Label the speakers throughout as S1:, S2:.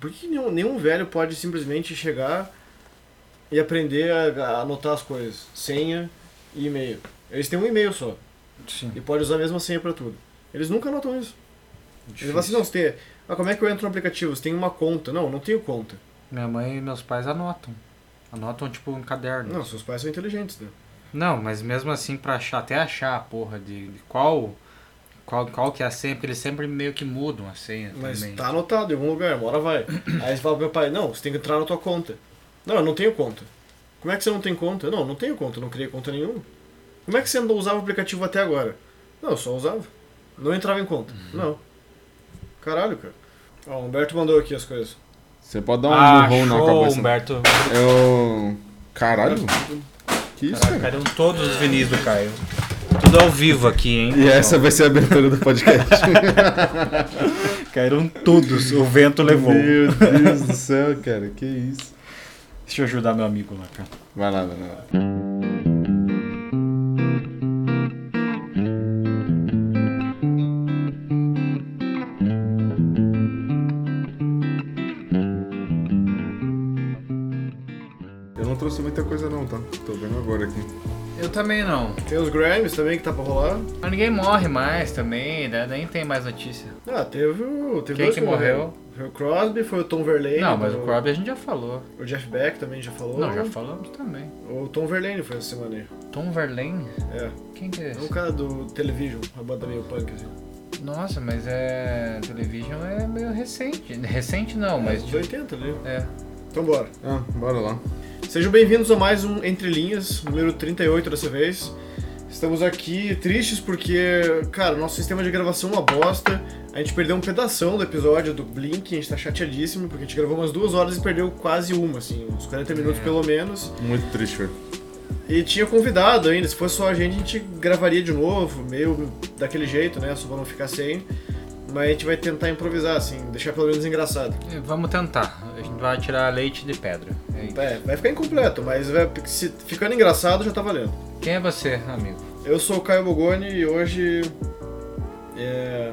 S1: Por que nenhum, nenhum velho pode simplesmente chegar e aprender a, a anotar as coisas? Senha e e-mail. Eles têm um e-mail só.
S2: Sim.
S1: E pode usar a mesma senha pra tudo. Eles nunca anotam isso. Eles
S2: Difícil.
S1: falam assim, não, você tem... Ah, como é que eu entro no aplicativo? Você tem uma conta. Não, não tenho conta.
S2: Minha mãe e meus pais anotam. Anotam tipo um caderno.
S1: Não, seus pais são inteligentes, né?
S2: Não, mas mesmo assim pra achar, até achar a porra de, de qual, qual qual que é a senha, porque eles sempre meio que mudam a senha
S1: Mas
S2: também.
S1: tá anotado em algum lugar, uma hora vai. Aí você fala pro meu pai, não, você tem que entrar na tua conta. Não, eu não tenho conta. Como é que você não tem conta? Não, eu não tenho conta, eu não criei conta nenhuma. Como é que você não usava o aplicativo até agora? Não, eu só usava. Não entrava em conta.
S2: Uhum.
S1: Não. Caralho, cara. Ó, o Humberto mandou aqui as coisas.
S3: Você pode dar um
S4: Ah,
S3: murrão na
S4: show,
S3: cabeça.
S4: Humberto.
S3: Eu. Caralho? Que isso,
S4: Caraca,
S3: cara?
S4: caíram todos os vinis do Caio. Tudo ao vivo aqui, hein?
S3: E essa vai ser a abertura do podcast.
S4: Caíram todos, o vento levou.
S3: Meu Deus do céu, cara, que isso.
S4: Deixa eu ajudar meu amigo lá, cara.
S3: Vai lá, vai lá. Eu não trouxe muita coisa não, tá? Tô vendo agora aqui.
S2: Eu também não.
S1: Tem os Grammys também que tá pra rolar.
S2: Mas ninguém morre mais também, né? nem tem mais notícia.
S1: Ah, teve o. Teve
S2: Quem
S1: dois
S2: que morreu?
S1: Foi o Crosby, foi o Tom Verlaine.
S2: não, mas o
S1: né?
S2: Crosby a gente já falou.
S1: O Jeff Beck também já falou.
S2: Não, já falamos também.
S1: O Tom Verlaine foi essa semana aí.
S2: Tom Verlaine?
S1: É.
S2: Quem que é
S1: É um
S2: esse?
S1: cara do Television, a banda meio punk assim.
S2: Nossa, mas é. Television é meio recente. Recente não, mas.
S1: Dos
S2: tipo,
S1: 80 ali.
S2: É.
S1: Então bora.
S3: Ah, bora lá.
S1: Sejam bem-vindos a mais um Entre Linhas, número 38 dessa vez. Estamos aqui tristes porque, cara, nosso sistema de gravação é uma bosta. A gente perdeu um pedação do episódio do Blink, a gente tá chateadíssimo, porque a gente gravou umas duas horas e perdeu quase uma, assim, uns 40 minutos pelo menos.
S3: Muito triste, velho.
S1: E tinha convidado ainda, se fosse só a gente, a gente gravaria de novo, meio daquele jeito, né? Só pra não ficar sem. Mas a gente vai tentar improvisar, assim, deixar pelo menos engraçado.
S2: E Vamos tentar. A gente vai tirar leite de pedra. É isso.
S1: É, vai ficar incompleto, mas vai, se, ficando engraçado já tá valendo.
S2: Quem é você, amigo?
S1: Eu sou o Caio Bogoni e hoje. É.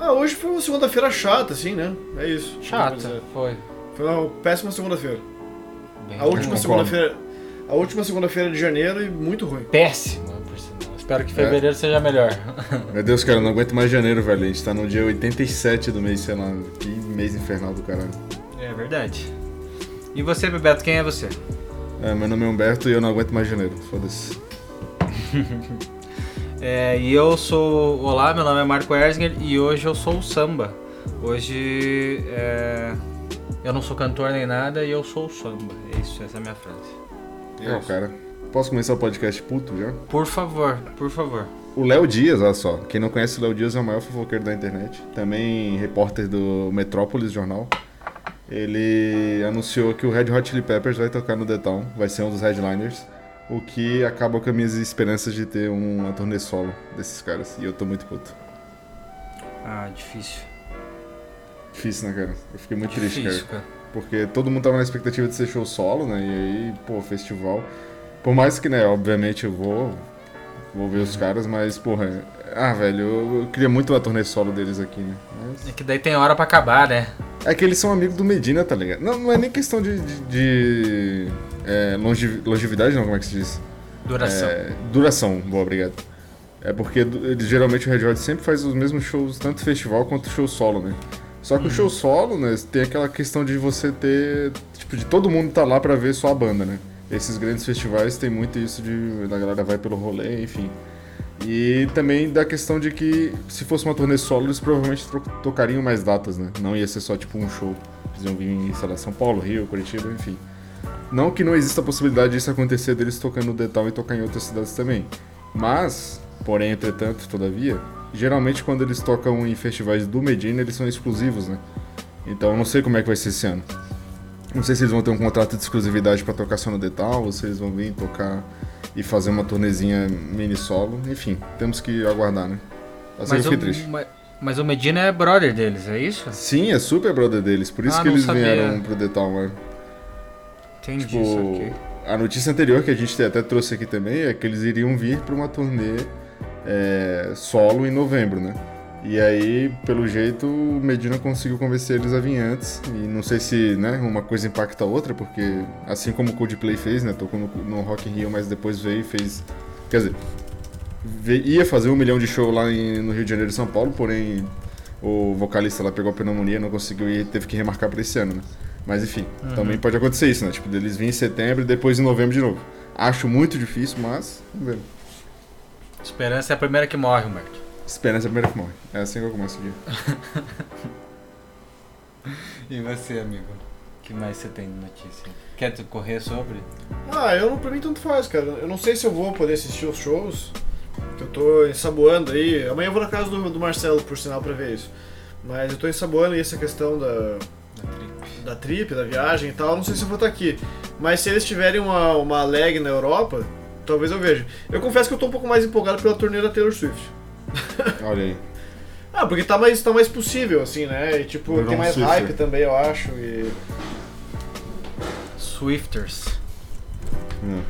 S1: Ah, hoje foi uma segunda-feira chata, assim, né? É isso.
S2: Chata. Foi.
S1: Foi uma péssima segunda-feira.
S2: Bem
S1: A última
S3: Concordo.
S1: segunda-feira. A última segunda-feira de janeiro e muito ruim.
S2: Péssima, por sinal. Espero que fevereiro seja melhor.
S3: Meu Deus, cara, eu não aguento mais janeiro, velho. A gente tá no dia 87 do mês, sei lá. Que mês infernal do caralho.
S2: É verdade. E você, Bebeto, quem é você?
S3: É, meu nome é Humberto e eu não aguento mais janeiro. Foda-se.
S2: É, e eu sou. Olá, meu nome é Marco Erzinger e hoje eu sou o samba. Hoje é, eu não sou cantor nem nada e eu sou o samba. É isso, essa é a minha frase.
S3: É, o cara. Posso começar o podcast puto já?
S2: Por favor, por favor.
S3: O Léo Dias, olha só. Quem não conhece o Léo Dias é o maior fofoqueiro da internet. Também repórter do Metrópolis Jornal. Ele anunciou que o Red Hot Chili Peppers vai tocar no The Town. Vai ser um dos headliners. O que acaba com as minhas esperanças de ter uma turnê solo desses caras. E eu tô muito puto.
S2: Ah, difícil. É
S3: Difícil, né, cara? Eu fiquei muito triste, cara.
S2: Tá Difícil, cara.
S3: Porque todo mundo tava na expectativa de ser show solo, né? E aí, pô, festival. Por mais que, né, obviamente eu vou, vou ver os caras, mas, porra. é- Ah, velho, eu, eu queria muito a turnê solo deles aqui, né? Mas-
S2: É que daí tem hora pra acabar, né?
S3: É que eles são amigos do Medina, tá ligado? Não, não é nem questão de. de, de, é, longe- longevidade, não, como é que se diz?
S2: Duração.
S3: É, duração, boa, obrigado. É porque du- ele, geralmente o Red Hot sempre faz os mesmos shows, tanto festival quanto show solo, né? Só que o show solo, né, tem aquela questão de você ter. Tipo, de todo mundo tá lá pra ver só a banda, né? Esses grandes festivais tem muito isso de. da galera vai pelo rolê, enfim. E também da questão de que se fosse uma turnê solo, eles provavelmente tro- tocariam mais datas, né? Não ia ser só tipo um show. Eles iam vir em, sei lá, São Paulo, Rio, Curitiba, enfim. Não que não exista a possibilidade disso acontecer deles tocando no Detal e tocar em outras cidades também. Mas, porém, entretanto, todavia, geralmente quando eles tocam em festivais do Medina, eles são exclusivos, né? Então eu não sei como é que vai ser esse ano. Não sei se eles vão ter um contrato de exclusividade pra tocar só no Detal, ou se eles vão vir tocar e fazer uma turnezinha mini solo. Enfim, temos que aguardar, né? Assim eu
S2: mas,
S3: fiquei
S2: o,
S3: triste.
S2: ma- mas o Medina é brother deles, é isso?
S3: Sim, é super brother deles, por isso
S2: Ah,
S3: que
S2: não
S3: eles
S2: sabia.
S3: vieram pro Detal, né?
S2: Entendi
S3: Tipo,
S2: isso aqui.
S3: a notícia anterior que a gente até trouxe aqui também é que eles iriam vir para uma turnê é, solo em novembro, né? E aí, pelo jeito, o Medina conseguiu convencer eles a vir antes. E não sei se né, uma coisa impacta a outra, porque assim como o Coldplay fez, né? Tocou no, no Rock in Rio, mas depois veio e fez... Quer dizer, ve- ia fazer um milhão de show lá em- no Rio de Janeiro e São Paulo, porém o vocalista lá pegou pneumonia, não conseguiu ir e teve que remarcar pra esse ano, né? Mas enfim,
S2: Uhum.
S3: também pode acontecer isso, né? Tipo, deles virem em setembro e depois em novembro de novo. Acho muito difícil, mas... Vamos ver.
S2: Esperança é a primeira que morre, Humberto.
S3: Esperança é a primeira que morre. É assim que eu começo o dia.
S2: E você, amigo? O que mais você tem de notícia? Quer te correr sobre?
S1: Ah, eu não, pra mim tanto faz, cara. Eu não sei se eu vou poder assistir os shows, que eu tô ensaboando aí. Amanhã eu vou na casa do, do Marcelo, por sinal, pra ver isso. Mas eu tô ensaboando aí essa questão da, da trip, da viagem e tal. Eu Não sei se eu vou estar aqui. Mas se eles tiverem uma, uma lag na Europa, talvez eu veja. Eu confesso que eu tô um pouco mais empolgado pela turnê da Taylor Swift.
S3: Olha aí.
S1: Ah, porque tá mais, tá mais possível, assim, né? E, tipo,
S3: Verão
S1: tem mais
S3: Swiffer.
S1: hype também, eu acho. E...
S2: Swifters.
S3: Hum.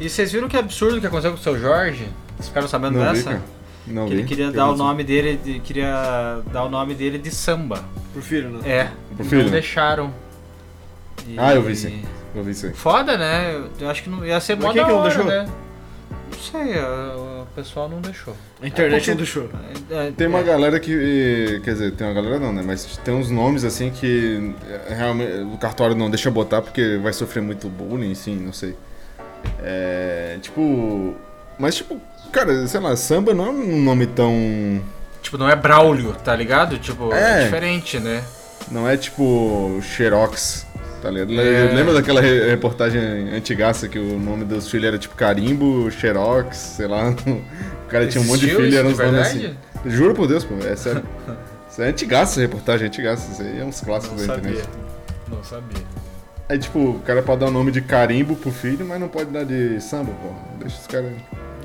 S2: E vocês viram que absurdo que aconteceu com o seu Jorge? Vocês ficaram sabendo
S3: Não vi,
S2: dessa?
S3: cara. Não
S2: que
S3: vi.
S2: ele queria
S3: Que
S2: dar o
S3: isso?
S2: nome dele, de- queria dar o nome dele de samba.
S1: Pro filho, né?
S2: É.
S3: Pro
S2: não
S3: filho?
S2: deixaram. E-
S3: Ah, eu vi sim. Eu vi isso aí.
S2: Foda, né? Eu- Eu acho que não ia ser
S1: Mas
S2: mó
S1: quem
S2: da
S1: que não
S2: hora,
S1: deixou?
S2: né? Não sei, a- o pessoal não deixou.
S1: A internet não deixou.
S2: É- é-
S3: Tem uma
S2: é.
S3: galera que. Quer dizer, tem uma galera não, né? Mas tem uns nomes assim que é, realmente o cartório não deixa botar porque vai sofrer muito bullying, sim, não sei. É. Tipo. Mas tipo, cara, sei lá, samba não é um nome tão.
S2: Tipo, não é Braulio, tá ligado? Tipo, é,
S3: É.
S2: diferente, né?
S3: Não é tipo Xerox, tá ligado?
S2: É.
S3: Lembra daquela re- reportagem antigaça que o nome dos filhos era tipo Carimbo, Xerox, sei lá. O cara tinha um monte de
S2: Existiu
S3: filho,
S2: isso
S3: era
S2: de
S3: uns nomes
S2: verdade?
S3: assim. Juro por Deus, pô, é sério. Isso é antigaça essa reportagem, é antigaça. Isso aí é uns clássicos
S2: Não
S3: da
S2: sabia.
S3: internet.
S2: Não sabia.
S3: É tipo, o cara pode dar o nome de carimbo pro filho, mas não pode dar de samba, pô. Deixa os caras.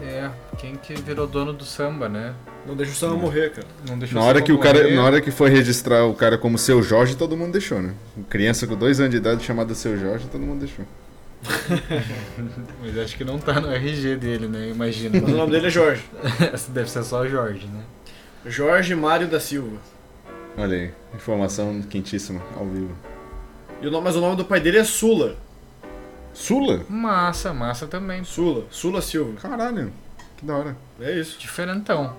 S2: É, quem que virou dono do samba, né?
S1: Não deixa o Sam morrer, cara.
S2: Não deixou
S3: Na hora,
S2: samba
S3: que o cara,
S2: morrer.
S3: na hora que foi registrar o cara como seu Jorge, todo mundo deixou, né? Criança com dois anos de idade chamada seu Jorge, todo mundo deixou.
S2: Mas acho que não tá no RG dele, né? Imagina.
S1: Mas o nome dele é Jorge.
S2: Deve ser só o Jorge, né?
S1: Jorge Mário da Silva.
S3: Olha aí, informação quentíssima, ao vivo.
S1: E o nome, mas o nome do pai dele é Sula.
S3: Sula?
S2: Massa, massa também.
S1: Sula. Sula Silva.
S3: Caralho, que da hora.
S1: É isso.
S2: Diferentão.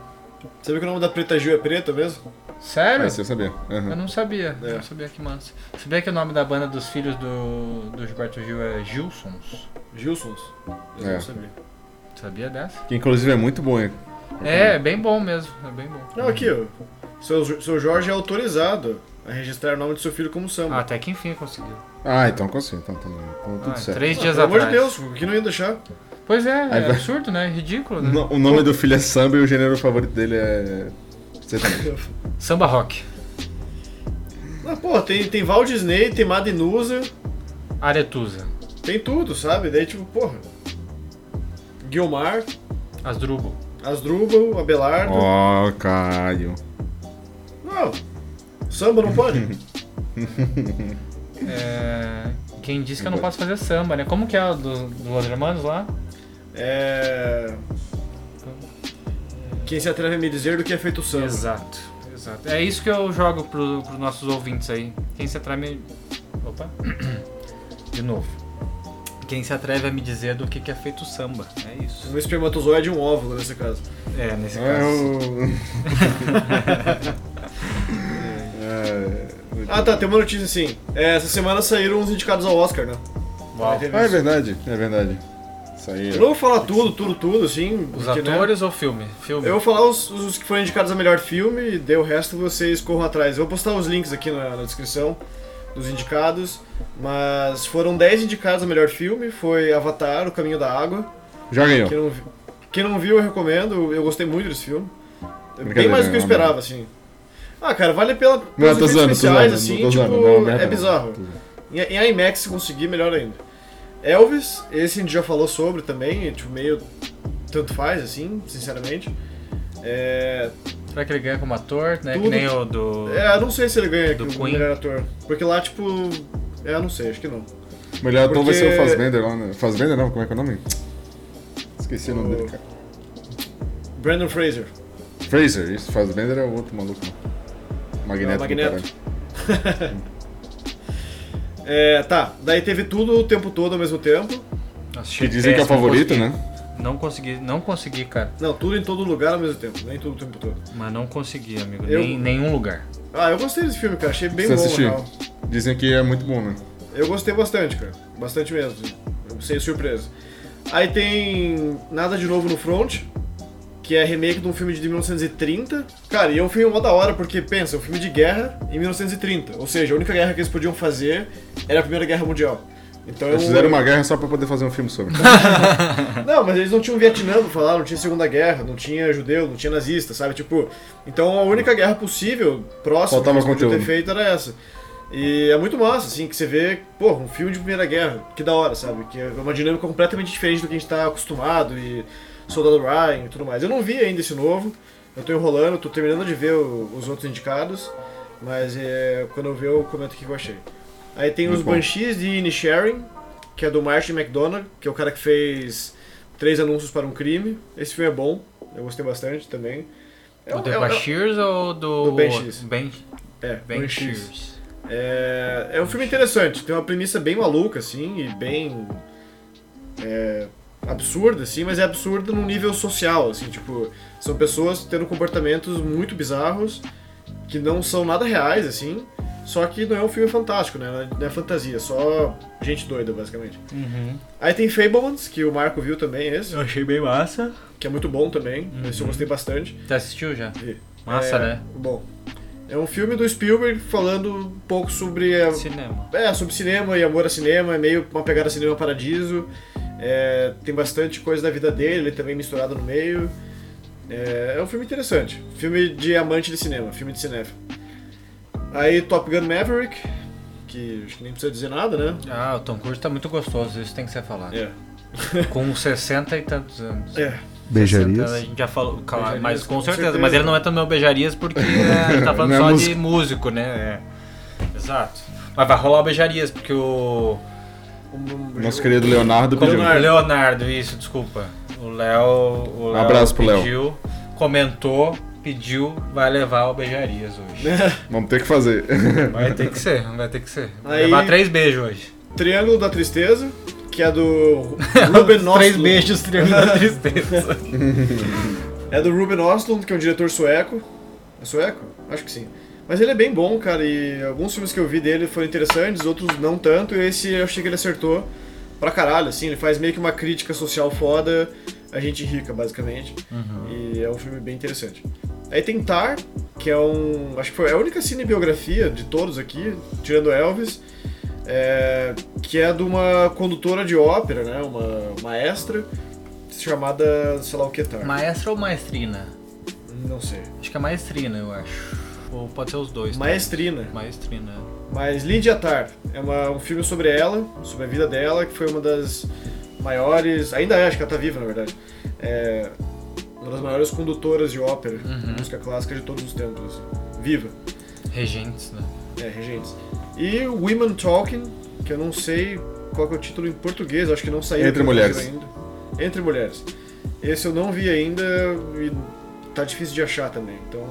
S1: Você viu que o nome da Preta Gil é preta mesmo?
S2: Sério?
S3: Mas Ah, eu sabia. Aham.
S2: Eu não sabia.
S1: É.
S2: Não sabia que massa. Sabia que o nome da banda dos filhos do, do Gilberto Gil é Gilsons?
S1: Gilsons. Eu
S3: É.
S1: não sabia.
S2: Sabia dessa?
S3: Que inclusive é muito bom, hein?
S2: É, é bem bom mesmo. É bem bom.
S1: Não, aqui, ó. Seu, seu Jorge é autorizado a registrar o nome de seu filho como
S2: Ah,
S1: samba.
S2: até que enfim conseguiu.
S3: Ah, então consigo. Então, tá bom. Então, tudo
S2: Ah,
S3: certo.
S2: três dias
S1: pelo amor
S2: atrás.
S1: de Deus, o que não ia deixar?
S2: Pois é,
S3: Aí
S2: é
S3: vai-
S2: absurdo, né? Ridículo, né?
S3: No- O nome do filho é samba e o gênero favorito dele é. sertanejo.
S2: Samba rock.
S1: Ah, pô, tem, tem Walt Disney, tem Madinusa,
S2: Aretusa.
S1: tem tudo, sabe? Daí, tipo, porra. Guilmar,
S2: Asdrubal.
S1: Asdrubal, Abelardo.
S3: Ó, Caio.
S1: Não, samba não pode?
S2: É, Quem disse que eu não posso fazer samba, né? Como que é o do- dos Los Hermanos lá?
S1: É. Quem se atreve a me dizer do que é feito o samba?
S2: Exato, exato. É isso que eu jogo pro, pros nossos ouvintes aí. Quem se atreve. me- Opa! De novo. Quem se atreve a me dizer do que, que é feito o samba. É isso.
S1: Um espermatozoide e um óvulo, nesse caso.
S2: É, nesse
S3: É
S2: caso.
S3: o. É, muito
S1: Ah, tá, tem uma notícia sim. É, essa semana saíram os indicados ao Oscar, né?
S2: Uau.
S1: Teve
S3: Ah, é
S1: isso.
S3: verdade, é verdade. Isso aí.
S1: Eu não vou falar tudo, tudo, tudo, assim.
S2: Os
S1: porque, né,
S2: atores ou filme? Filme.
S1: Eu vou falar os, os que foram indicados a melhor filme e daí o resto vocês corram atrás. Eu vou postar os links aqui na, na descrição dos indicados. Mas foram 10 indicados a melhor filme. Foi Avatar, O Caminho da Água.
S3: Já ganhou.
S1: Quem não, vi- quem não viu, eu recomendo. Eu gostei muito desse filme. É Bem
S3: Brincadeira,
S1: mais do que eu
S3: não,
S1: esperava, assim. Ah, cara, vale pela, pelos
S3: Não, eu tô
S1: efeitos
S3: zoando, tô
S1: especiais,
S3: zoando.
S1: assim,
S3: tô
S1: tipo,
S3: zoando, não, merda
S1: é
S3: não.
S1: bizarro.
S3: Tô zoando.
S1: Em, em IMAX, se conseguir, melhor ainda. Elvis, esse a gente já falou sobre também, e, tipo, meio tanto faz, assim, sinceramente. É,
S2: Será que ele ganha como ator, né? Que
S1: Tudo.
S2: nem o do.
S1: é, eu não sei se ele ganha
S2: Do
S1: aqui o
S2: Queen.
S1: melhor ator, porque lá, tipo, é, eu não sei, acho que não.
S3: Melhor ator vai ser o
S1: Porque-
S3: Fazbender lá, né? Fazbender não, como é que é o nome? Esqueci o nome
S1: O-
S3: dele, cara.
S1: Brandon Fraser.
S3: Fraser, isso. Fassbender é o outro maluco. Magneto. do
S1: Magneto.
S3: caralho.
S1: É, tá, daí teve tudo o tempo todo ao mesmo tempo.
S2: Nossa,
S3: Que
S2: achei
S3: dizem que é o
S2: péssimo,
S3: favorito,
S2: consegui-
S3: né?
S2: Não consegui, não consegui, cara.
S1: Não, tudo em todo lugar ao mesmo tempo, nem tudo o tempo todo.
S2: Mas não consegui, amigo.
S1: Eu-
S2: Nem, nenhum lugar.
S1: Ah, eu gostei desse filme, cara, achei bem
S3: Você
S1: bom, na
S3: assistiu?
S1: real.
S3: Dizem que é muito bom, né?
S1: Eu gostei bastante, cara. Bastante mesmo. Sem surpresa. Aí tem Nada de Novo no Front, que é remake de um filme de 1930. Cara, e é um filme mó da hora, porque, pensa, é um filme de guerra em 1930. Ou seja, a única guerra que eles podiam fazer era a Primeira Guerra Mundial. Então,
S3: Eles fizeram uma guerra só pra poder fazer um filme sobre.
S1: Não, mas eles não tinham Vietnã pra falar, não tinha Segunda Guerra, não tinha judeu, não tinha nazista, sabe? Tipo, então a única guerra possível, próxima,
S3: Faltava
S1: que eles podiam ter
S3: conteúdo.
S1: feito era essa. E é muito massa, assim, que você vê, pô, um filme de Primeira Guerra, que da hora, sabe? Que é uma dinâmica completamente diferente do que a gente tá acostumado e Soldado Ryan e tudo mais. Eu não vi ainda esse novo, eu tô enrolando, tô terminando de ver o- os outros indicados, mas é, quando eu ver eu comento o que eu achei. Aí tem
S3: Muito
S1: os
S3: bom.
S1: Banshees de Inisherin, que é do Martin McDonagh, que é o cara que fez Três Anúncios para um Crime. Esse filme é bom, eu gostei bastante também. É,
S2: do
S1: é-
S2: The
S1: é-
S2: Bashirs ou do.
S1: Do Banshees.
S2: Ben,
S1: é, Banshees.
S2: Banshees.
S1: É, é um filme interessante, tem uma premissa bem maluca, assim, e bem. é, absurda, assim, mas é absurda num nível social, assim, tipo, são pessoas tendo comportamentos muito bizarros que não são nada reais, assim, só que não é um filme fantástico, né? Não é fantasia, é só gente doida, basicamente.
S2: Uhum.
S1: Aí tem Fablemans, que o Marco viu também, esse,
S2: Eu achei bem massa.
S1: que é muito bom também, esse eu gostei bastante.
S2: Já assistiu já?
S1: Vi.
S2: Massa,
S1: É,
S2: né?
S1: Bom. É um filme do Spielberg falando um pouco sobre a,
S2: Cinema.
S1: é, sobre cinema e amor a cinema, é meio uma pegada cinema paradiso. É, tem bastante coisa da vida dele também misturada no meio. É, é um filme interessante. Filme de amante de cinema, filme de cinema. Aí Top Gun Maverick, que acho que nem precisa dizer nada, né?
S2: Ah, o Tom Cruise tá muito gostoso, isso tem que ser falado.
S1: É.
S2: Com 60 e tantos anos.
S1: É.
S2: 60 A gente já falou, claro,
S1: Beijarias,
S2: mas com,
S1: com
S2: certeza,
S1: certeza.
S2: Mas ele não é também o beijarias porque é, ele tá falando
S3: Não é
S2: só de
S3: músico.
S2: músico, né? É. Exato. Mas vai rolar o beijarias porque o.
S1: Um-
S3: Nosso querido Leonardo
S1: é
S2: Como-
S3: pediu.
S2: Leonardo. isso, desculpa. O Léo. o
S3: Um
S2: Léo
S3: abraço pro Léo.
S2: pediu, Comentou, pediu, vai levar o beijarias
S3: É.
S2: hoje.
S3: Vamos ter que fazer.
S2: Vai ter que ser, vai ter que ser. Vai
S1: Aí-
S2: levar três beijos hoje.
S1: Triângulo da Tristeza, que é do Ruben Ostlund.
S2: Três beijos, triângulo da tristeza.
S1: É do Ruben Ostlund, que é um diretor sueco. É sueco? Acho que sim. Mas ele é bem bom, cara, e alguns filmes que eu vi dele foram interessantes, outros não tanto, e esse eu achei que ele acertou pra caralho, assim, ele faz meio que uma crítica social foda, a gente rica, basicamente. E é um filme bem interessante. Aí tem Tar, que é um. Acho que foi a única cinebiografia de todos aqui, tirando Elvis, é, que é de uma condutora de ópera, né? Uma maestra, chamada, sei lá o que Tar.
S2: Maestra ou maestrina?
S1: Não sei.
S2: Acho que é maestrina, eu acho. Ou pode ser os dois. tá?
S1: Maestrina.
S2: Maestrina.
S1: Mas Lydia Tarr é uma- um filme sobre ela, sobre a vida dela, que foi uma das maiores. Ainda é, acho que ela tá viva, na verdade. É uma das maiores condutoras de ópera, de música clássica de todos os tempos. assim. Viva.
S2: Regentes, né?
S1: É, regentes. E Women Talking, que eu não sei qual que é o título em português, acho que não saiu
S3: Entre
S1: aqui no
S3: Mulheres.
S1: Brasil ainda. Entre Mulheres. Esse eu não vi ainda e tá difícil de achar também, então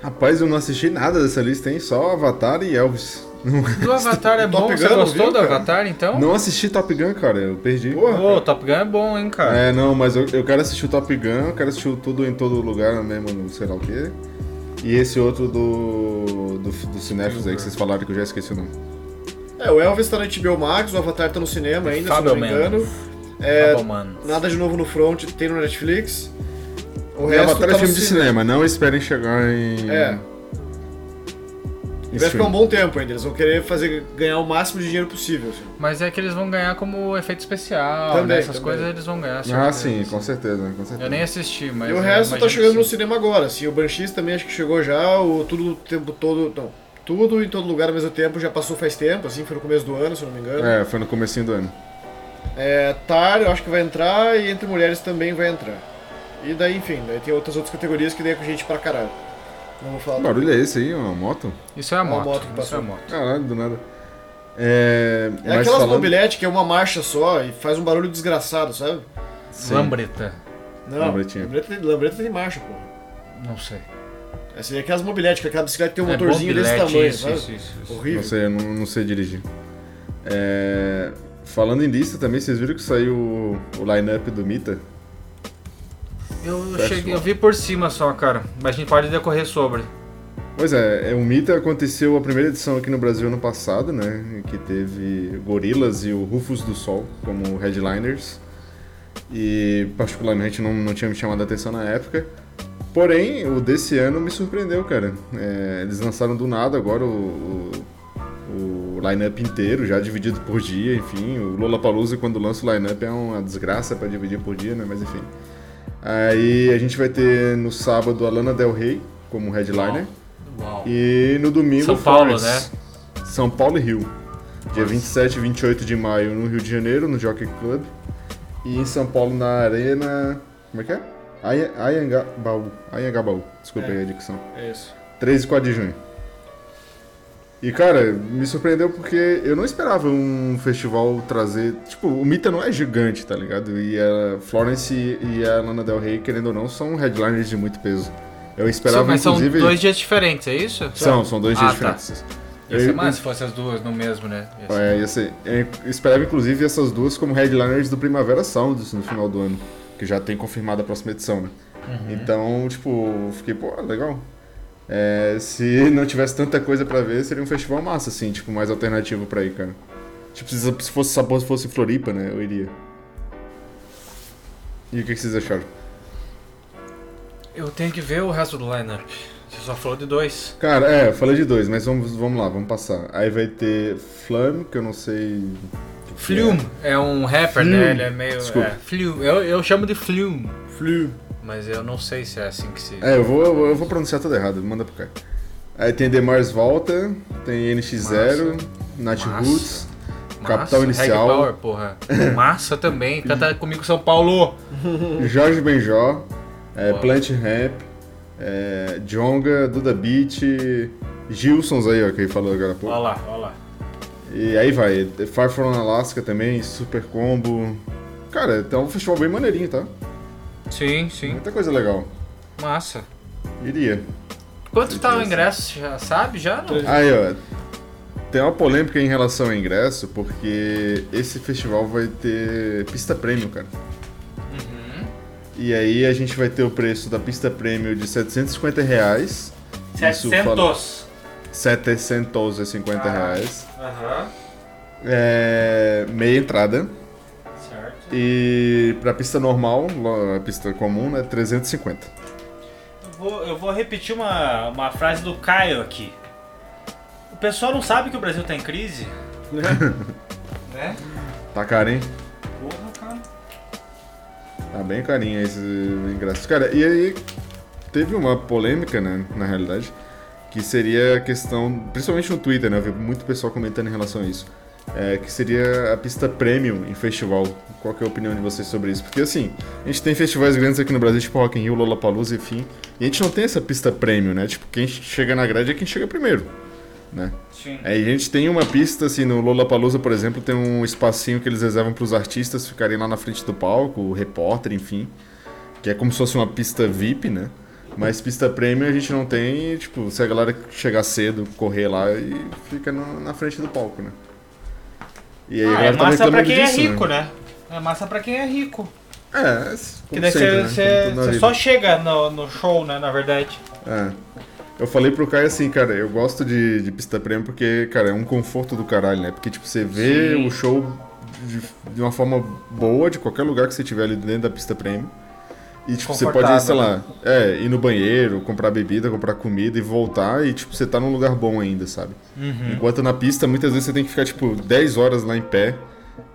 S3: Rapaz, eu não assisti nada dessa lista, hein? Só Avatar e Elvis.
S2: Do Avatar é
S1: Top
S2: bom, você
S1: Gun,
S2: gostou
S1: viu,
S2: do
S1: cara?
S2: Avatar então?
S3: Não assisti Top Gun, cara. Eu perdi.
S1: Ah? Porra.
S2: Pô, o Top Gun é bom, hein, cara.
S3: É, não, mas eu, eu quero assistir o Top Gun, eu quero assistir o tudo em todo lugar mesmo, não sei lá o quê. E esse outro do. do, do Cinéfilos aí que vocês falaram que eu já esqueci o nome.
S1: É, o Elvis tá na HBO Max, o Avatar tá no cinema ainda, se eu não me
S2: Fabelman.
S1: engano. É,
S2: Tá bom, mano.
S1: nada de novo no front, tem no Netflix. O
S3: O
S1: resto
S3: Avatar
S1: tá
S3: é
S1: no
S3: filme de
S1: cinema.
S3: cinema, não esperem chegar em.
S1: É.
S3: em
S1: Vai ficar
S3: streaming.
S1: um bom tempo ainda, eles vão querer fazer, ganhar o máximo de dinheiro possível. assim.
S2: Mas é que eles vão ganhar como efeito especial,
S1: Também,
S2: né? Essas
S1: também.
S2: coisas eles vão ganhar.
S3: Ah,
S2: certeza.
S3: sim, com certeza, com certeza.
S2: Eu nem assisti, mas. é,
S1: e o
S2: eu
S1: resto tá
S2: imagino
S1: chegando
S2: que
S1: no
S2: sim.
S1: cinema agora, assim. O Banshees também acho que chegou já, o tudo o tempo todo. Não, tudo em todo lugar ao mesmo tempo, já passou faz tempo, assim, foi no começo do ano, se eu não me engano.
S3: É, foi no comecinho do ano.
S1: É, Tar, eu acho que vai entrar, e Entre Mulheres também vai entrar. E daí, enfim, daí tem outras outras categorias que daí é com gente pra caralho. Não vou falar.
S3: Que barulho é esse aí? Uma moto?
S2: Isso é a
S1: uma
S2: moto.
S1: moto que
S2: isso é
S1: passou.
S2: a moto.
S3: Caralho, do nada. É.
S1: É
S3: mas
S1: aquelas
S3: falando-
S1: mobilete que é uma marcha só e faz um barulho desgraçado, sabe?
S3: Sim.
S2: Lambreta.
S1: Não,
S3: Lambretinha.
S1: Lambreta tem, lambreta tem marcha, pô.
S2: Não sei.
S1: Essa aí é aquelas mobiletes, que aquela bicicleta que tem um
S2: É,
S1: motorzinho desse
S2: mobilete,
S1: tamanho,
S2: isso,
S1: sabe?
S2: isso, isso, isso.
S1: Horrível.
S3: Não sei, eu não, não sei dirigir. É, Falando em lista também, vocês viram que saiu o, o line-up do Mita?
S2: Eu,
S3: Parece
S2: cheguei,
S3: um-
S2: eu vi por cima só, cara. Mas a gente pode decorrer sobre.
S3: Pois é, é, o Mita aconteceu a primeira edição aqui no Brasil ano passado, né? Que teve Gorilas e o Rufus do Sol como headliners. E particularmente não, não tinha me chamado a atenção na época. Porém, o desse ano me surpreendeu, cara. É, eles lançaram do nada agora o, o, o line-up inteiro, já dividido por dia, enfim. O Lollapalooza, quando lança o line-up, é uma desgraça pra dividir por dia, né? Mas enfim. Aí a gente vai ter no sábado a Lana Del Rey como headliner.
S2: Uau.
S3: E no domingo.
S2: São Paulo, né?
S3: Forest. São Paulo e Rio. Dia 27 e 28 de maio no Rio de Janeiro, no Jockey Club. E em São Paulo na Arena. Como é que é? Aya- Ayangabaú. Ayangabaú. Desculpa aí a dicção.
S1: É isso.
S3: 3 e 4 de junho. E cara, me surpreendeu porque eu não esperava um festival trazer. Tipo, o Mita não é gigante, tá ligado? E a Florence e a Lana Del Rey, querendo ou não, são headliners de muito peso. Eu esperava,
S2: mas são
S3: inclusive.
S2: dois dias diferentes, é isso?
S3: São, são dois dias
S2: Ah, tá.
S3: diferentes.
S2: Ia ser
S3: Eu-
S2: mais se fosse as duas no mesmo, né? Ia ser-
S3: É, ia ser- eu esperava inclusive essas duas como headliners do Primavera Sounds no final do ano, que já tem confirmada a próxima edição, né? Então, tipo, eu fiquei, pô, legal. É, se não tivesse tanta coisa pra ver, seria um festival massa, assim, tipo, mais alternativo pra ir, cara. Tipo, se se fosse sabor, se fosse Floripa, né? Eu iria. E o que que vocês acharam?
S2: Eu tenho que ver o resto do lineup. Você só falou de dois.
S3: Cara, é, eu falei de dois, mas vamos, vamos lá, vamos passar. Aí vai ter Flam, que eu não sei. o que que
S2: Flume é um rapper,
S3: Flume.
S2: né? Ele é meio.
S3: Desculpa.
S2: É, Flume. Eu, eu chamo de Flume,
S1: Flu.
S2: mas eu não sei se é assim que se.
S3: É, eu vou, eu vou- eu vou pronunciar tudo errado, manda pro cara. Aí tem The Mars Volta, tem NX0, Night
S2: Massa.
S3: Roots,
S2: Massa.
S3: Capital
S2: Reg
S3: tá Inicial.
S2: Power, porra. Massa também. Canta comigo São Paulo.
S3: Jorge Benjó, é,
S2: Uau.
S3: Plant Ramp, é, Jonga, Duda Beat, Gilsons aí, ó, que ele falou agora há
S2: Olha
S3: pouco.
S2: lá, olha lá.
S3: E aí vai, Far From Alaska também, Super Combo. Cara, tá um festival bem maneirinho, tá?
S2: Sim, sim.
S3: Muita coisa legal.
S2: Massa.
S3: Iria.
S2: Quanto tá o ingresso? Já sabe? Já não?
S3: Aí, ó. Tem uma polêmica em relação ao ingresso, porque esse festival vai ter pista premium, cara. E aí a gente vai ter o preço da pista premium de R$ 750 reais. Isso fala-
S2: 700.
S3: 750 reais.
S2: Aham.
S3: É, meia entrada.
S2: Certo.
S3: E pra pista normal, lo- a pista comum, né? 350.
S4: Eu vou, eu vou repetir uma, uma frase do Caio aqui. O pessoal não sabe que o Brasil tá em crise?
S1: É.
S2: Né?
S3: Tá caro, hein?
S4: Porra, cara.
S3: Tá bem carinho esse ingresso. Cara, e aí teve uma polêmica, né, na realidade, que seria a questão, principalmente no Twitter, né, eu vi muito pessoal comentando em relação a isso, é, que seria a pista premium em festival. Qual que é a opinião de vocês sobre isso? Porque, assim, a gente tem festivais grandes aqui no Brasil, tipo Rock in Rio, Lollapalooza, enfim, e a gente não tem essa pista premium, né, tipo, quem chega na grade é quem chega primeiro. né?
S4: Sim.
S3: Aí a gente tem uma pista, assim, no Lollapalooza, por exemplo, tem um espacinho que eles reservam para os artistas ficarem lá na frente do palco, o repórter, enfim. Que é como se fosse uma pista VIP, né? Mas pista premium a gente não tem, e, tipo, se a galera chegar cedo, correr lá e fica na, na frente do palco, né? E aí a
S4: Ah, é
S3: galera tá
S4: massa pra
S3: reclamando
S4: quem
S3: disso,
S4: é rico, né? É massa pra quem é rico.
S3: É,
S4: Que
S3: como
S4: daí
S3: sempre, né?
S4: você- você
S3: Como tudo na
S4: você
S3: vida.
S4: só chega no, no show, né? Na verdade.
S3: É. Eu falei pro Caio assim, cara, eu gosto de, de pista premium porque, cara, é um conforto do caralho, né? Porque, tipo, você vê
S2: Sim.
S3: o show de, de uma forma boa, de qualquer lugar que você tiver ali dentro da pista premium. E, tipo, você pode, ir, sei lá, é, ir no banheiro, comprar bebida, comprar comida e voltar e, tipo, você tá num lugar bom ainda, sabe? Enquanto na pista, muitas vezes você tem que ficar, tipo, 10 horas lá em pé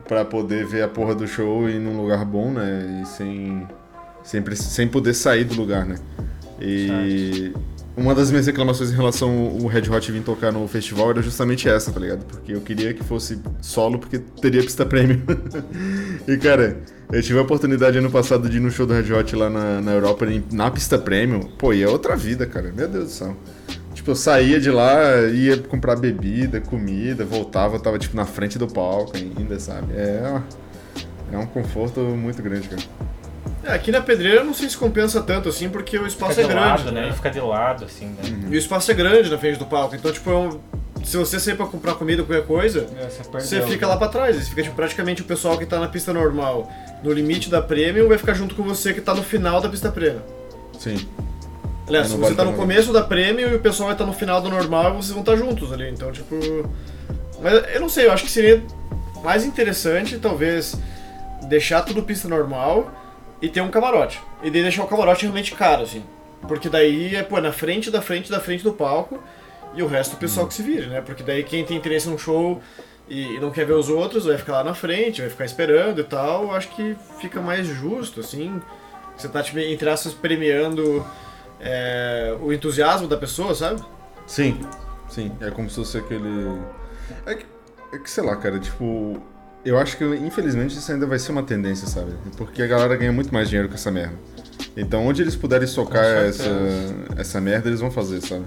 S3: pra poder ver a porra do show e ir num lugar bom, né? E sem, sem, pre- sem poder sair do lugar, né? E uma das minhas reclamações em relação ao Red Hot vir tocar no festival era justamente essa, tá ligado? Porque eu queria que fosse solo, porque teria pista prêmio. e, cara, eu tive a oportunidade ano passado de ir no show do Red Hot lá na, na Europa, em- na pista prêmio. Pô, e é outra vida, cara. Meu Deus do céu. Tipo, eu saía de lá, ia comprar bebida, comida, voltava, eu tava, tipo, na frente do palco ainda, sabe? É, ó, é um conforto muito grande, cara.
S1: É, aqui na pedreira eu não sei se compensa tanto assim, porque o espaço
S4: Fica
S1: é
S4: de
S1: grande.
S4: lado, né? Ele fica de lado, assim, né?
S3: Uhum.
S1: E o espaço é grande na frente do palco, então, tipo, é um- se você sair pra comprar comida ou qualquer coisa, você fica
S2: né?
S1: lá pra trás. Você fica, tipo, praticamente o pessoal que tá na pista normal, no limite da Premium, vai ficar junto com você que tá no final da pista Premium.
S3: Sim.
S1: Aliás,
S3: Não
S1: se
S3: vale
S1: você tá
S3: pra
S1: no
S3: nada.
S1: começo da Premium e o pessoal vai estar no final do normal e vocês vão estar juntos ali. Então, tipo. Mas eu não sei, eu acho que seria mais interessante, talvez, deixar tudo pista normal e ter um camarote. E daí deixar o camarote realmente caro, assim. Porque daí é, pô, na frente da frente da frente do palco e o resto o
S3: Hum.
S1: pessoal que se vire, né? Porque daí quem tem interesse num show e e não quer ver os outros vai ficar lá na frente, vai ficar esperando e tal. Eu acho que fica mais justo, assim. Você tá, tipo, entre aspas, premiando é, o entusiasmo da pessoa, sabe?
S3: Sim. Sim. É como se fosse aquele. É que, é que, sei lá, cara, tipo. Eu acho que, infelizmente, isso ainda vai ser uma tendência, sabe? Porque a galera ganha muito mais dinheiro com essa merda. Então, onde eles puderem socar essa, essa merda, eles vão fazer, sabe?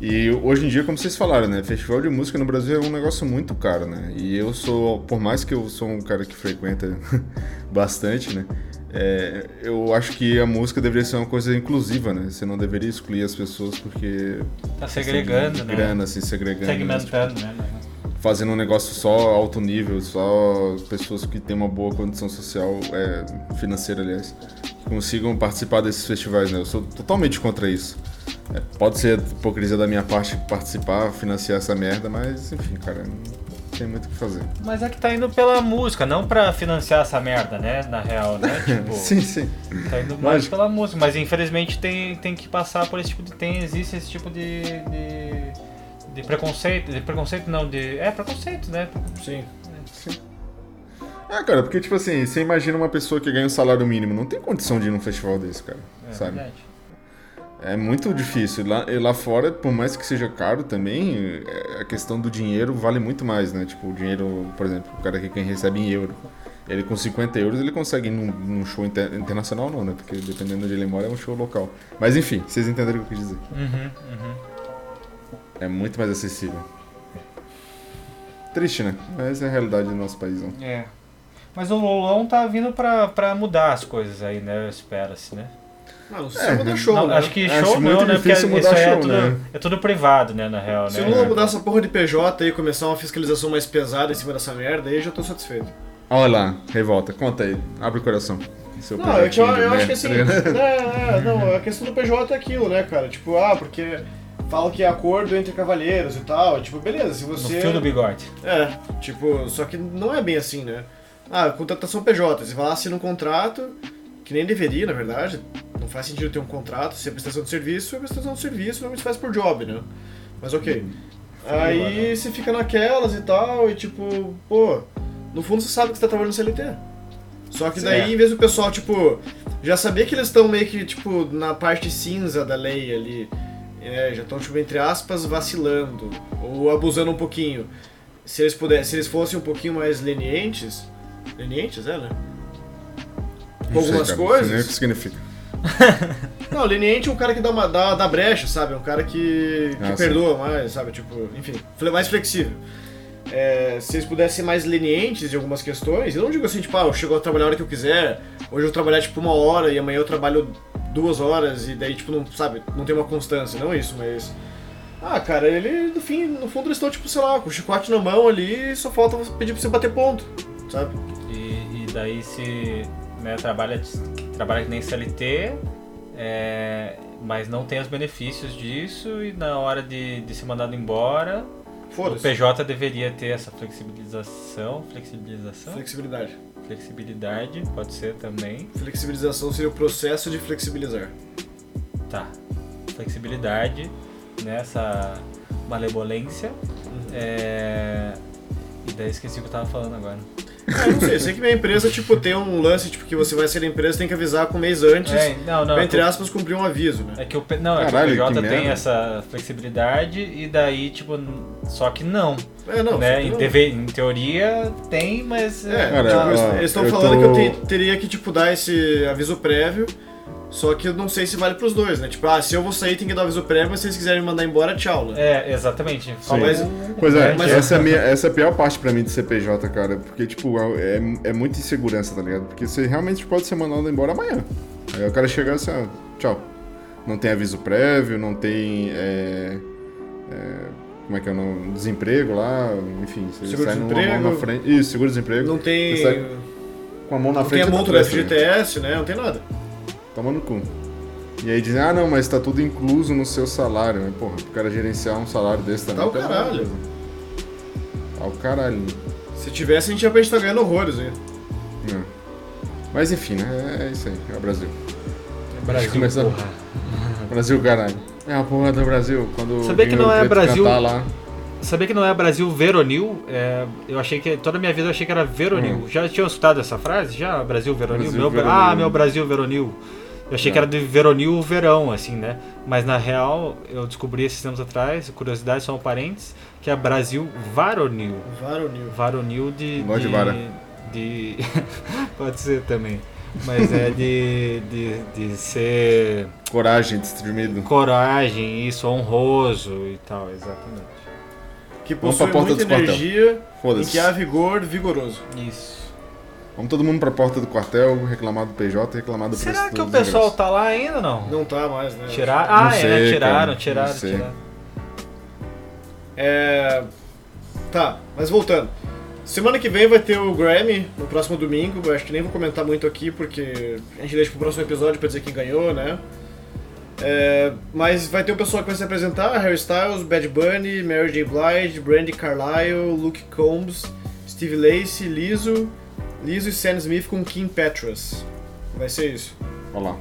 S3: E hoje em dia, como vocês falaram, né? Festival de música no Brasil é um negócio muito caro, né? E eu sou, por mais que eu sou um cara que frequenta bastante, né? É, eu acho que a música deveria ser uma coisa inclusiva, né? Você não deveria excluir as pessoas porque
S4: Tá segregando, né?
S3: Grana, assim, segregando.
S4: Segmentando, né?
S3: Fazendo um negócio só alto nível, só pessoas que têm uma boa condição social, é, financeira, aliás, que consigam participar desses festivais, né? Eu sou totalmente contra isso. É, pode ser hipocrisia da minha parte participar, financiar essa merda, mas enfim, cara, não tem muito o que fazer.
S4: Mas é que tá indo pela música, não pra financiar essa merda, né? Na real, né? Tipo,
S3: Sim, sim.
S4: tá indo mais
S3: Lógico.
S4: pela música. Mas infelizmente tem, tem que passar por esse tipo de. Tem, existe esse tipo de. de, de preconceito. De preconceito não, de. É, preconceito, né?
S1: Sim.
S3: Ah, cara, porque tipo assim, você imagina uma pessoa que ganha um salário mínimo, não tem condição de ir num festival desse, cara.
S4: É,
S3: sabe?
S4: verdade.
S3: É muito difícil. Lá, e lá fora, por mais que seja caro também, é, a questão do dinheiro vale muito mais, né? Tipo, o dinheiro, por exemplo, o cara que quem recebe em euro. Ele com 50 euros ele consegue ir num, num show inter- internacional, não, né? Porque dependendo de onde ele mora é um show local. Mas enfim, vocês entenderam o que eu quis dizer.
S4: Uhum, uhum.
S3: É muito mais acessível. Triste, né? Mas é a realidade do nosso país. Não.
S4: É. Mas o Lolão tá vindo pra, pra mudar as coisas aí, né? Espera-se, né?
S1: Ah, não sei se mudar show,
S4: Não,
S1: né?
S4: Acho que
S3: Acho
S4: show
S3: É, muito
S4: não, né? Porque
S3: difícil mudar
S4: isso aí é,
S3: show,
S4: tudo,
S3: né?
S4: é tudo privado, né? Na real,
S1: Se
S4: né?
S1: o Lula mudar essa porra de PJ e começar uma fiscalização mais pesada em cima dessa merda, aí eu já tô satisfeito.
S3: Olha lá, revolta. Conta aí. Abre o coração. Seu
S1: Não, eu, te- eu
S3: projetinho de
S1: acho
S4: né?
S1: que
S3: merda.
S1: assim. é, é, não, a questão do PJ é aquilo, né, cara? Tipo, ah, porque falam que é acordo entre cavalheiros e tal. Tipo, beleza, se
S4: No
S1: você.
S4: fio do bigode.
S1: É, tipo, só que não é bem assim, né? Ah, contratação PJ, você vai lá, assina um contrato, que nem deveria, na verdade, não faz sentido ter um contrato, se é prestação de serviço, é prestação de serviço, normalmente faz por job, né? Mas ok. Aí você fica naquelas e tal, e tipo, pô, no fundo você sabe que você tá trabalhando no CLT. Só que daí,
S4: É.
S1: em vez do pessoal, tipo, já saber que eles estão meio que, tipo, na parte cinza da lei ali, é, já estão, tipo, entre aspas, vacilando, ou abusando um pouquinho se eles pudessem, se eles fossem um pouquinho mais lenientes, lenientes é, né? Com
S3: Não sei,
S1: algumas
S3: cara, não sei nem o que
S1: coisas.
S3: significa.
S1: Não, leniente é um cara que dá uma dá, dá brecha, sabe? É um cara que, que
S3: Ah, sim.
S1: perdoa mais, sabe? Tipo, enfim, fle- mais flexível. É, se eles pudessem ser mais lenientes de algumas questões, eu não digo assim, tipo, ah, eu chego a trabalhar a hora que eu quiser, hoje eu vou trabalhar tipo uma hora e amanhã eu trabalho duas horas e daí, tipo, não, sabe, não tem uma constância, não isso, mas. Ah, cara, ele, no fim, no fundo eles estão, tipo, sei lá, com o chicote na mão ali, só falta você pedir pra você bater ponto, sabe?
S4: E, e daí se né, trabalha, trabalha que nem CLT, é, mas não tem os benefícios disso e na hora de, de ser mandado embora, o
S1: Foda-se.
S4: PJ deveria ter essa flexibilização, flexibilização,
S1: Flexibilidade.
S4: flexibilidade, pode ser também,
S1: Flexibilização seria o processo de flexibilizar.
S4: tá, flexibilidade né, nessa malebolência, é, e daí esqueci o que eu tava falando agora.
S1: Ah, eu não sei, eu sei que minha empresa, tipo, tem um lance, tipo, que você vai ser da empresa, tem que avisar com um mês antes,
S4: É, não, não,
S1: pra,
S4: é
S1: entre
S4: que-
S1: aspas, cumprir um aviso, né?
S4: É que o, P- não, é que o
S3: Caralho,
S4: PJ
S3: que
S4: tem
S3: merda.
S4: essa flexibilidade e daí, tipo, n- só que não.
S1: É, não,
S4: né?
S1: só que
S4: Em,
S1: não.
S4: deve- em teoria tem, mas.
S1: É,
S3: Cara,
S1: tipo,
S3: ó,
S1: eles estão
S3: eu
S1: falando
S3: tô-
S1: que eu te- teria que, tipo, dar esse aviso prévio Só que eu não sei se vale pros dois, né? Tipo, ah, se eu vou sair, tem que dar aviso prévio, mas se vocês quiserem me mandar embora, tchau, né?
S4: É, exatamente.
S3: Sim.
S1: mas-
S3: Pois é,
S1: Mas-
S3: essa, é a minha, essa é a pior parte pra mim de CPJ, cara. Porque, tipo, é, é muita insegurança, tá ligado? Porque você realmente pode ser mandado embora amanhã. Aí o cara chega assim, ah, tchau. Não tem aviso prévio, não tem. é, é, como é que é o nome? Desemprego lá, enfim. Você sai numa
S1: Seguro-desemprego.
S3: mão na frente. Isso, seguro-desemprego.
S1: Não tem.
S3: Você sai com a mão na
S1: Não tem
S3: é frente.
S1: a
S3: e
S1: multa do
S3: outra atrás, tá ligado?
S1: FGTS, né? Não tem nada.
S3: Toma no cu. E aí dizem, ah não, mas tá tudo incluso no seu salário, né? Porra, pro cara gerenciar um salário desse também.
S1: Tá o
S3: pelo amor
S1: caralho.
S3: de Deus. Tá o caralho.
S1: Se tivesse, a gente ia pra gente tá ganhando horrores aí.
S3: né? Mas enfim, né? É isso aí, é o Brasil.
S2: Brasil,
S3: começar-
S2: porra.
S3: Brasil, caralho. É a porra do Brasil. Quando
S2: Sabia que
S3: vinha
S2: não
S3: o
S2: é
S3: Preto
S2: Brasil-
S3: cantar lá.
S2: Sabia que não é Brasil veronil? É, eu achei que toda a minha vida eu achei que era veronil. Já tinham escutado essa frase? Já Brasil veronil?
S3: Brasil
S2: meu,
S3: veronil.
S2: Ah, meu Brasil veronil. Eu achei
S3: Não.
S2: que era de veronil verão, assim, né? Mas na real, eu descobri esses tempos atrás, curiosidades são parentes, que é Brasil varonil.
S1: Varonil.
S2: Varonil de.
S3: Gosto de vara.
S2: de- Pode ser também. Mas é de, de, de ser
S3: Coragem, destruído.
S2: coragem, isso, honroso e tal, exatamente.
S1: Que
S3: Vamos
S1: possui
S3: pra porta
S1: muita
S3: dos quartel.
S1: energia e
S3: Foda-se.
S1: que é? há vigor vigoroso.
S4: Isso.
S3: Vamos todo mundo pra porta do quartel, reclamar do PJ, reclamar do
S4: Será
S3: preço
S4: que o
S3: dos
S4: pessoal
S3: ingressos.
S4: tá lá ainda ou não?
S1: Não tá mais, né?
S4: Tiraram?
S3: Não
S4: Ah, é,
S3: sei,
S4: né? Tiraram,
S3: cara,
S4: tiraram,
S3: não sei.
S4: tiraram.
S1: É. Tá, mas voltando. Semana que vem vai ter o Grammy, no próximo domingo. Eu acho que nem vou comentar muito aqui, porque a gente deixa pro próximo episódio pra dizer quem ganhou, né? É, mas vai ter o pessoal que vai se apresentar: Harry Styles, Bad Bunny, Mary J. Blige, Brandy Carlisle, Luke Combs, Steve Lacey, Lizzo, Lizzo e Sam Smith com Kim Petras. Vai ser isso.
S3: Olha lá.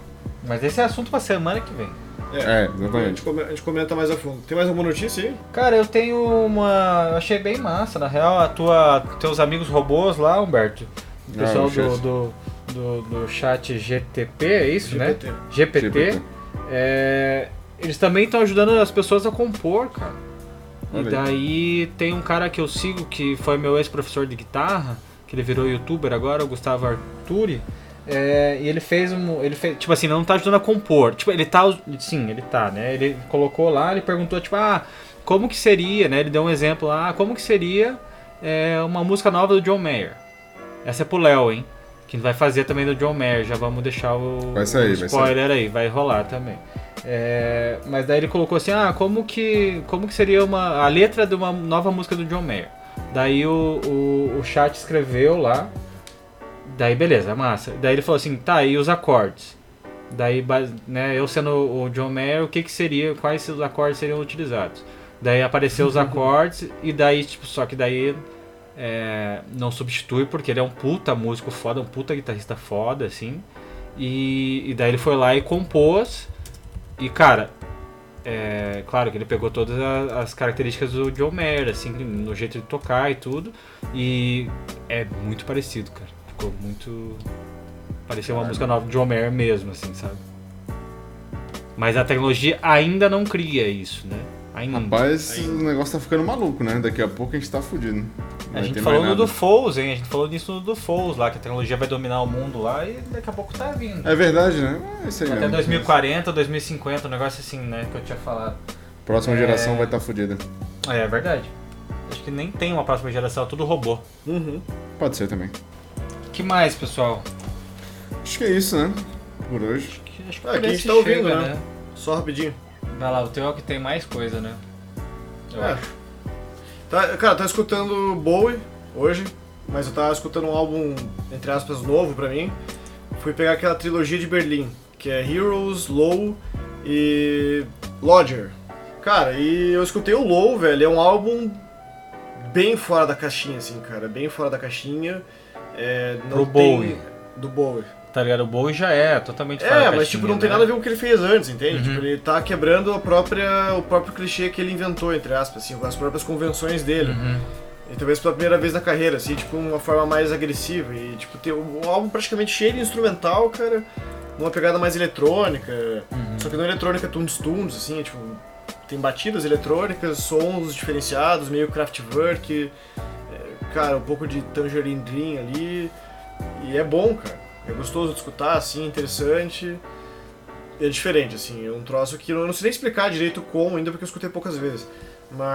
S4: Mas esse é assunto pra semana que vem.
S3: É,
S1: A gente
S3: exatamente.
S1: come- a gente comenta mais a fundo. Tem mais alguma notícia aí?
S4: Cara, eu tenho uma. Eu achei bem massa, na real, a tua. Teus amigos robôs lá, Humberto. O
S3: Ah,
S4: pessoal
S3: o chat.
S4: do, do, do, do chat GTP, é isso,
S1: GPT.
S4: né? GPT.
S3: GPT.
S4: É, eles também estão ajudando as pessoas a compor, cara. E
S3: Olha aí.
S4: daí tem um cara que eu sigo que foi meu ex-professor de guitarra, que ele virou youtuber agora, o Gustavo Arturi. É, e ele fez um. Ele fez, tipo assim, não tá ajudando a compor. Tipo, ele tá. us- Sim, ele tá, né? Ele colocou lá, ele perguntou, tipo, ah, como que seria, né? Ele deu um exemplo lá, ah, como que seria é, uma música nova do John Mayer. Essa é pro Léo, hein? Que vai fazer também do John Mayer, já vamos deixar o,
S3: Vai sair,
S4: o
S3: vai
S4: spoiler aí, vai rolar também. É, mas daí ele colocou assim, ah, como que, como que seria uma, a letra de uma nova música do John Mayer? Daí o, o, o chat escreveu lá, daí beleza, massa. Daí ele falou assim, tá, e os acordes? Daí, ba- né, eu sendo o John Mayer, o que que seria, quais os acordes seriam utilizados? Daí apareceu os acordes, e daí, tipo, só que daí é, não substitui, porque ele é um puta músico foda, um puta guitarrista foda, assim. E, e daí ele foi lá e compôs. E, cara, é, claro que ele pegou todas a- as características do John Mayer, assim, no jeito de tocar e tudo. E é muito parecido, cara. Ficou muito. Parecia uma música nova do John Mayer mesmo, assim, sabe? Mas a tecnologia ainda não cria isso, né? Ainda. é
S3: Rapaz, o negócio tá ficando maluco, né? Daqui a pouco a gente tá fudido.
S4: A
S3: Vai
S4: gente
S3: ter
S4: falou
S3: mais
S4: no do
S3: nada.
S4: Foles, hein? A gente falou nisso no do Foles lá, que a tecnologia vai dominar o mundo lá e daqui a pouco tá vindo.
S3: É verdade, né? É isso aí
S4: Até
S3: mesmo.
S4: 2040, 2050, um negócio assim, né? Que eu tinha falado.
S3: Próxima geração
S4: É.
S3: vai estar tá fudida.
S4: É, é verdade. Acho que nem tem uma próxima geração, é tudo robô.
S1: Uhum.
S3: Pode ser também.
S4: que mais, pessoal?
S3: Acho que é isso, né? Por hoje.
S4: Acho que, acho que
S1: Ah,
S4: por
S1: que a
S4: esse
S1: gente tá
S4: chega,
S1: ouvindo, né? Só rapidinho.
S4: Vai lá, o teu é o que tem mais coisa, né? Eu
S1: É.
S4: acho.
S1: Tá, cara, tá escutando Bowie hoje, mas eu tava escutando um álbum, entre aspas, novo pra mim. Fui pegar aquela trilogia de Berlim, que é Heroes, Low e Lodger. Cara, e eu escutei o Low, velho, é um álbum bem fora da caixinha, assim, cara, bem fora da caixinha. É, não
S4: Pro
S1: tem-
S4: Bowie.
S1: Do Bowie.
S4: Tá ligado? O Bowie já é totalmente fora da
S1: É, mas
S4: caixinha,
S1: tipo, não
S4: né?
S1: tem nada a ver com o que ele fez antes, entende? Tipo, ele tá quebrando a própria, o próprio clichê que ele inventou, entre aspas, assim, as próprias convenções dele. E talvez pela primeira vez na carreira, assim, tipo, uma forma mais agressiva. E, tipo, ter um um álbum praticamente cheio de instrumental, cara, numa pegada mais eletrônica. Só que não é eletrônica tunds-tunds, assim, é, tipo, tem batidas eletrônicas, sons diferenciados, meio Kraftwerk, é, cara, um pouco de Tangerine Dream ali. E é bom, cara. É gostoso de escutar, assim, é interessante. é diferente, assim, é um troço que eu não sei nem explicar direito como ainda, porque eu escutei poucas vezes.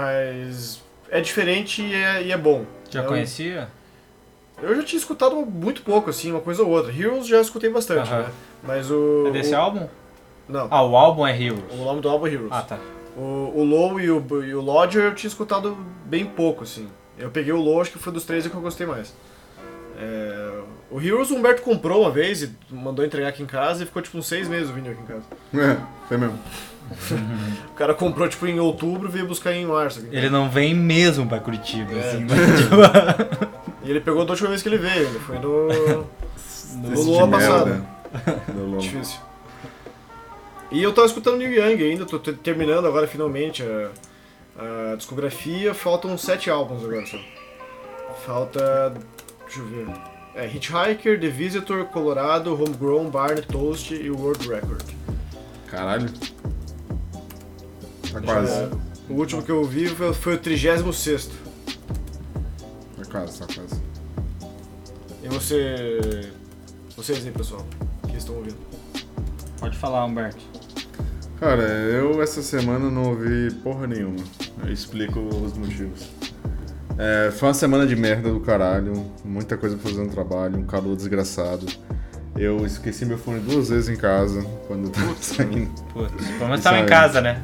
S1: Mas é diferente e é, e é bom.
S4: Já
S1: É um-
S4: conhecia?
S1: Eu já tinha escutado muito pouco, assim, uma coisa ou outra. Heroes já escutei bastante,
S4: Aham.
S1: né? Mas o.
S4: É desse
S1: o-
S4: álbum?
S1: Não.
S4: Ah, o álbum é Heroes.
S1: O nome do álbum é Heroes.
S4: Ah, tá.
S1: O, o Low e o, e o Lodger eu tinha escutado bem pouco, assim. Eu peguei o Low, acho que foi dos três o que eu gostei mais. É, o Heroes o Humberto comprou uma vez e mandou entregar aqui em casa e ficou tipo uns seis meses o vinil aqui em casa.
S3: É, foi mesmo.
S1: O cara comprou tipo em outubro e veio buscar em março. aqui em
S4: Ele não vem mesmo pra Curitiba, assim.
S1: casa. E ele pegou da última vez que ele veio, ele foi no.
S3: Esse
S1: No Lua
S3: de merda. No Lua.
S1: Difícil. E eu tava escutando New Young ainda, tô te- terminando agora finalmente a, a discografia. Faltam sete álbuns agora só. Falta. Deixa eu ver. É Hitchhiker, The Visitor, Colorado, Homegrown, Barney, Toast e World Record.
S3: Caralho. Tá
S1: Deixa eu
S3: quase.
S1: ver. O último que eu vi foi, foi o 36.
S3: Tá quase, tá quase.
S1: E você. Vocês aí, pessoal, que estão ouvindo.
S4: Pode falar, Humberto.
S3: Cara, eu essa semana não ouvi porra nenhuma. Eu explico os motivos. É, foi uma semana de merda do caralho, muita coisa pra fazer no trabalho, um calor desgraçado. Eu esqueci meu fone duas vezes em casa quando eu tava saindo.
S4: Putz, pelo menos
S3: Isso
S4: tava
S3: aí.
S4: em casa, né?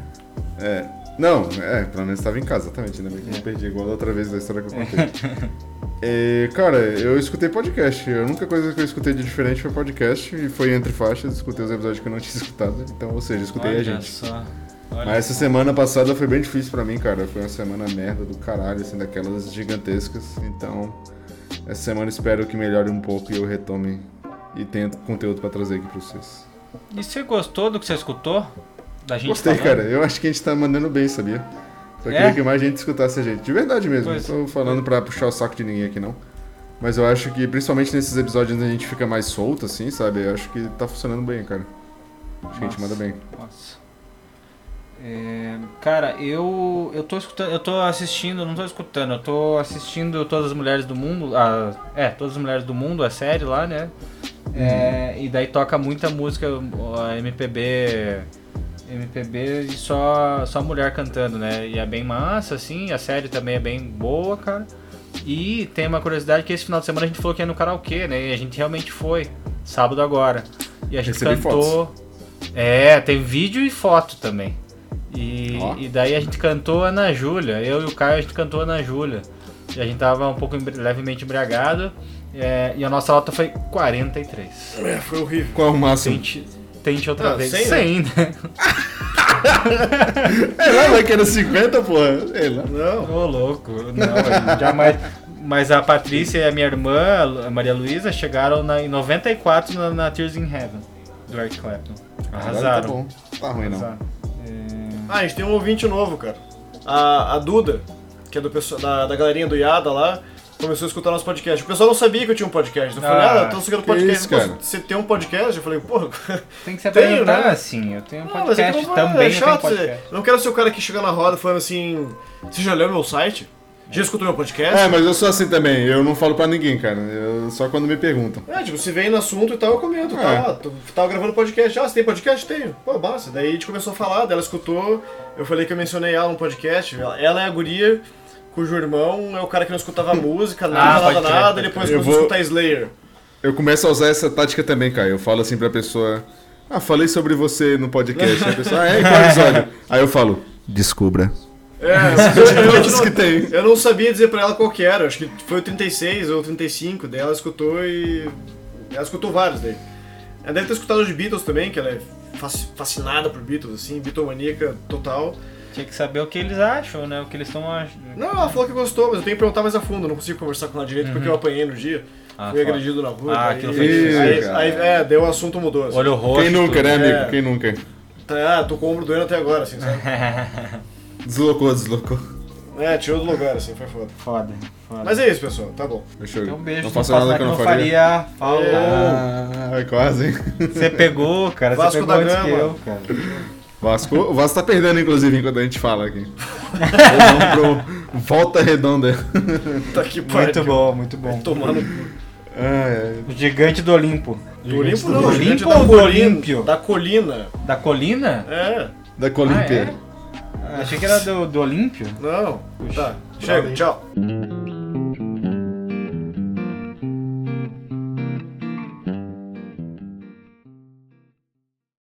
S3: É. Não, é, pelo menos estava em casa, exatamente. Ainda bem que eu não perdi, igual da outra vez da história que eu contei. É, cara, eu escutei podcast. A única coisa que eu escutei de diferente foi podcast, e foi entre faixas, escutei os episódios que eu não tinha escutado. Então, ou seja, escutei
S4: Olha
S3: a gente.
S4: só. Olha
S3: Mas essa semana passada foi bem difícil pra mim, cara. Foi uma semana merda do caralho, assim, daquelas gigantescas. Então, essa semana espero que melhore um pouco e eu retome e tenha conteúdo pra trazer aqui pra vocês.
S4: E você gostou do que você escutou? Da gente
S3: Gostei,
S4: falando?
S3: cara. Eu acho que a gente tá mandando bem, sabia? Só
S4: É?
S3: queria que mais gente escutasse a gente. De verdade mesmo.
S4: Pois. é.
S3: Não tô falando pra puxar o saco de ninguém aqui, não. Mas eu acho que, principalmente nesses episódios onde a gente fica mais solto, assim, sabe? Eu acho que tá funcionando bem, cara. Acho que a gente manda
S4: Massa.
S3: bem.
S4: Nossa. É, cara, eu eu tô escutando, eu tô assistindo, não tô escutando, eu tô assistindo Todas as Mulheres do Mundo, a, é, Todas as Mulheres do Mundo, a série lá, né? É, e daí toca muita música ó, MPB, MPB e só só mulher cantando, né? E é bem massa assim, a série também é bem boa, cara. E tem uma curiosidade que esse final de semana a gente falou que ia no karaokê, né? E a gente realmente foi, sábado agora. E a gente
S3: Recebi
S4: cantou. É, tem vídeo e foto também. E,
S3: Ó.
S4: e daí a gente cantou Ana Júlia. Eu e o Caio a gente cantou Ana Júlia. E a gente tava um pouco embri- levemente embriagado. é, e a nossa nota foi 43.
S1: É, foi horrível.
S3: Qual é o máximo?
S4: Tente, tente outra
S1: Ah,
S4: vez.
S1: cem, né?
S4: 100, né?
S3: É, lá, vai que era 50, porra. Sei lá.
S1: Não.
S4: Ô, louco, não, jamais. Mas a Patrícia e a minha irmã, a Lu- a Maria Luísa, chegaram na, em 94 na, na Tears in Heaven, do Eric Clapton.
S3: Tá
S4: Arrasaram.
S3: bom. Tá ruim, não.
S4: Arrasaram. É,
S1: Ah, a gente tem um ouvinte novo, cara. A, a Duda, que é do pessoal da, da galerinha do Yada lá, começou a escutar nosso podcast. O pessoal não sabia que eu tinha um podcast. Eu falei,
S4: Ah,
S1: ah, tô seguindo
S3: que
S1: podcast.
S3: isso,
S1: Pô,
S3: cara.
S1: Você tem um podcast? Eu falei, pô,
S4: Tem que se
S1: Tenho,
S4: apresentar
S1: né?
S4: assim, eu tenho um
S1: não, mas é que
S4: podcast
S1: não vai-
S4: também,
S1: é
S4: eu tenho
S1: chato. você-
S4: podcast.
S1: Eu não quero ser o cara que chega na roda falando assim, você já leu meu site? Já escutou meu podcast?
S3: É, mas eu sou assim também. Eu não falo pra ninguém, cara. Eu, só quando me perguntam.
S1: É, tipo, se vem no assunto e tal, eu comento,
S3: É.
S1: tá? ó, tô- Tava gravando podcast, ah, você tem podcast? Tenho. Pô, basta. Daí a gente começou a falar, daí ela escutou, eu falei que eu mencionei ela no podcast, ela, ela é a guria cujo irmão é o cara que não escutava música, nada,
S4: pode
S1: nada,
S4: crer,
S1: nada,
S4: pode
S1: e depois
S3: Ah, crer.
S1: começou
S3: Eu
S1: a
S3: vou-
S1: escutar Slayer.
S3: Eu começo a usar essa tática também, cara. Eu falo assim pra pessoa: Ah, falei sobre você no podcast. Aí a pessoa, ah, é, em qual episódio? Aí eu falo: Descubra.
S1: É, eu, eu,
S3: Isso que
S1: não,
S3: tem.
S1: eu não sabia dizer pra ela qual que era, acho que foi o 36 ou 35, daí ela escutou e... Ela escutou vários daí. Ela deve ter escutado os Beatles também, que ela é fasc- fascinada por Beatles, assim, Beatlemaníaca total.
S4: Tinha que saber o que eles acham, né? O que eles estão achando.
S1: Não, ela falou que gostou, mas eu tenho que perguntar mais a fundo, eu não consigo conversar com ela direito porque eu apanhei no dia.
S4: Uhum. Ah,
S1: fui
S4: foda.
S1: agredido na rua.
S4: Ah,
S1: daí-
S4: aquilo
S3: foi difícil,
S1: aí,
S3: cara.
S1: aí, É, daí o assunto mudou. Assim.
S4: Olho roxo.
S3: Quem nunca, né, amigo?
S1: é.
S3: Quem nunca?
S1: Tá, ah, tô com o ombro doendo até agora, assim, sabe?
S3: Deslocou, deslocou.
S1: é, tirou do lugar, assim, foi foda.
S4: Foda, foda.
S1: Mas é isso, pessoal, tá bom.
S3: Deixa eu.
S4: Então, um beijo.
S3: não faço nada que eu não faria.
S4: Falou.
S3: Ah, quase. hein?
S4: Você pegou, cara.
S1: Vasco
S4: você pegou
S1: da
S4: antes que
S1: Gama.
S4: eu, cara.
S3: Vasco, o Vasco tá perdendo, inclusive, enquanto a gente fala aqui. Vamos pro Volta Redonda.
S1: Tá que
S4: Muito bom, muito bom.
S1: Tomando cu.
S3: Ah,
S4: O gigante do Olimpo.
S1: Do Olimpo não,
S4: Do
S1: gigante
S4: Olimpo
S1: da
S4: ou do
S1: colina-
S4: Olímpio?
S1: Da colina.
S4: Da colina?
S1: É,
S3: é. Da Colimpeira.
S4: Ah, é? Achei que era do, do Olímpio.
S1: não. Tá, chega, tchau.